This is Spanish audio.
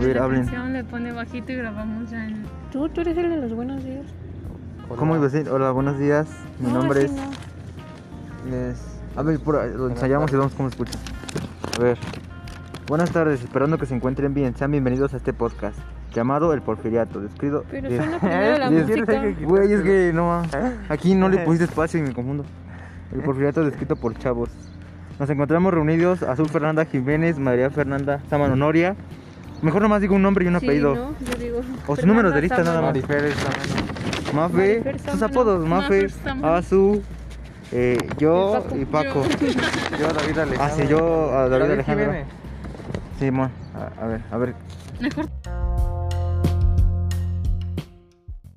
ver, la hablen. canción, le pone bajito y grabamos ya en... Tú, tú eres el de los buenos días. ¿Cómo iba a decir? Hola, buenos días. Mi No, nombre así es... no. es- A ver, por- lo ensayamos y vemos cómo se escucha. A ver. Buenas tardes, esperando que se encuentren bien. Sean bienvenidos a este podcast llamado El Porfiriato. Descrito. Pero des- suena primero la des- música. Güey, es que no ma- Aquí no le pusiste espacio y me confundo. El Porfiriato descrito por chavos. Nos encontramos reunidos Azul Fernanda Jiménez, María Fernanda Saman Honoria. Mejor nomás digo un nombre y un Sí, apellido. ¿no? Yo digo. O sus números Fernanda de lista nada más. Marifer está bueno. Mafe, Marifer sus Sámano. apodos, Mafe, Mafer Sámano. Azu, eh, yo Paco. y Paco. Yo, David Alejandro. Ah, sí, yo a David David Alejandro. Jiménez. Sí, mo- a, a ver, a ver. Mejor